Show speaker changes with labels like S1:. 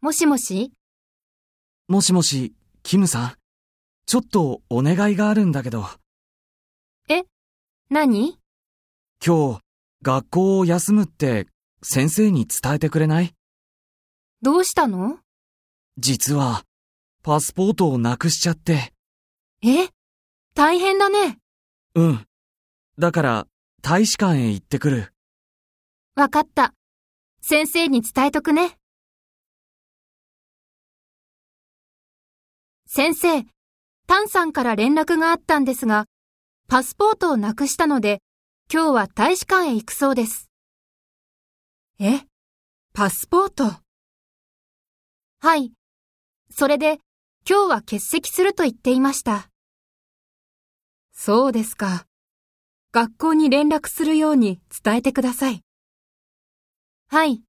S1: もしもし
S2: もしもし、キムさん。ちょっとお願いがあるんだけど、
S1: 何
S2: 今日、学校を休むって先生に伝えてくれない
S1: どうしたの
S2: 実は、パスポートをなくしちゃって。
S1: え大変だね。
S2: うん。だから、大使館へ行ってくる。
S1: わかった。先生に伝えとくね。先生、タンさんから連絡があったんですが、パスポートをなくしたので、今日は大使館へ行くそうです。えパスポートはい。それで、今日は欠席すると言っていました。そうですか。学校に連絡するように伝えてください。はい。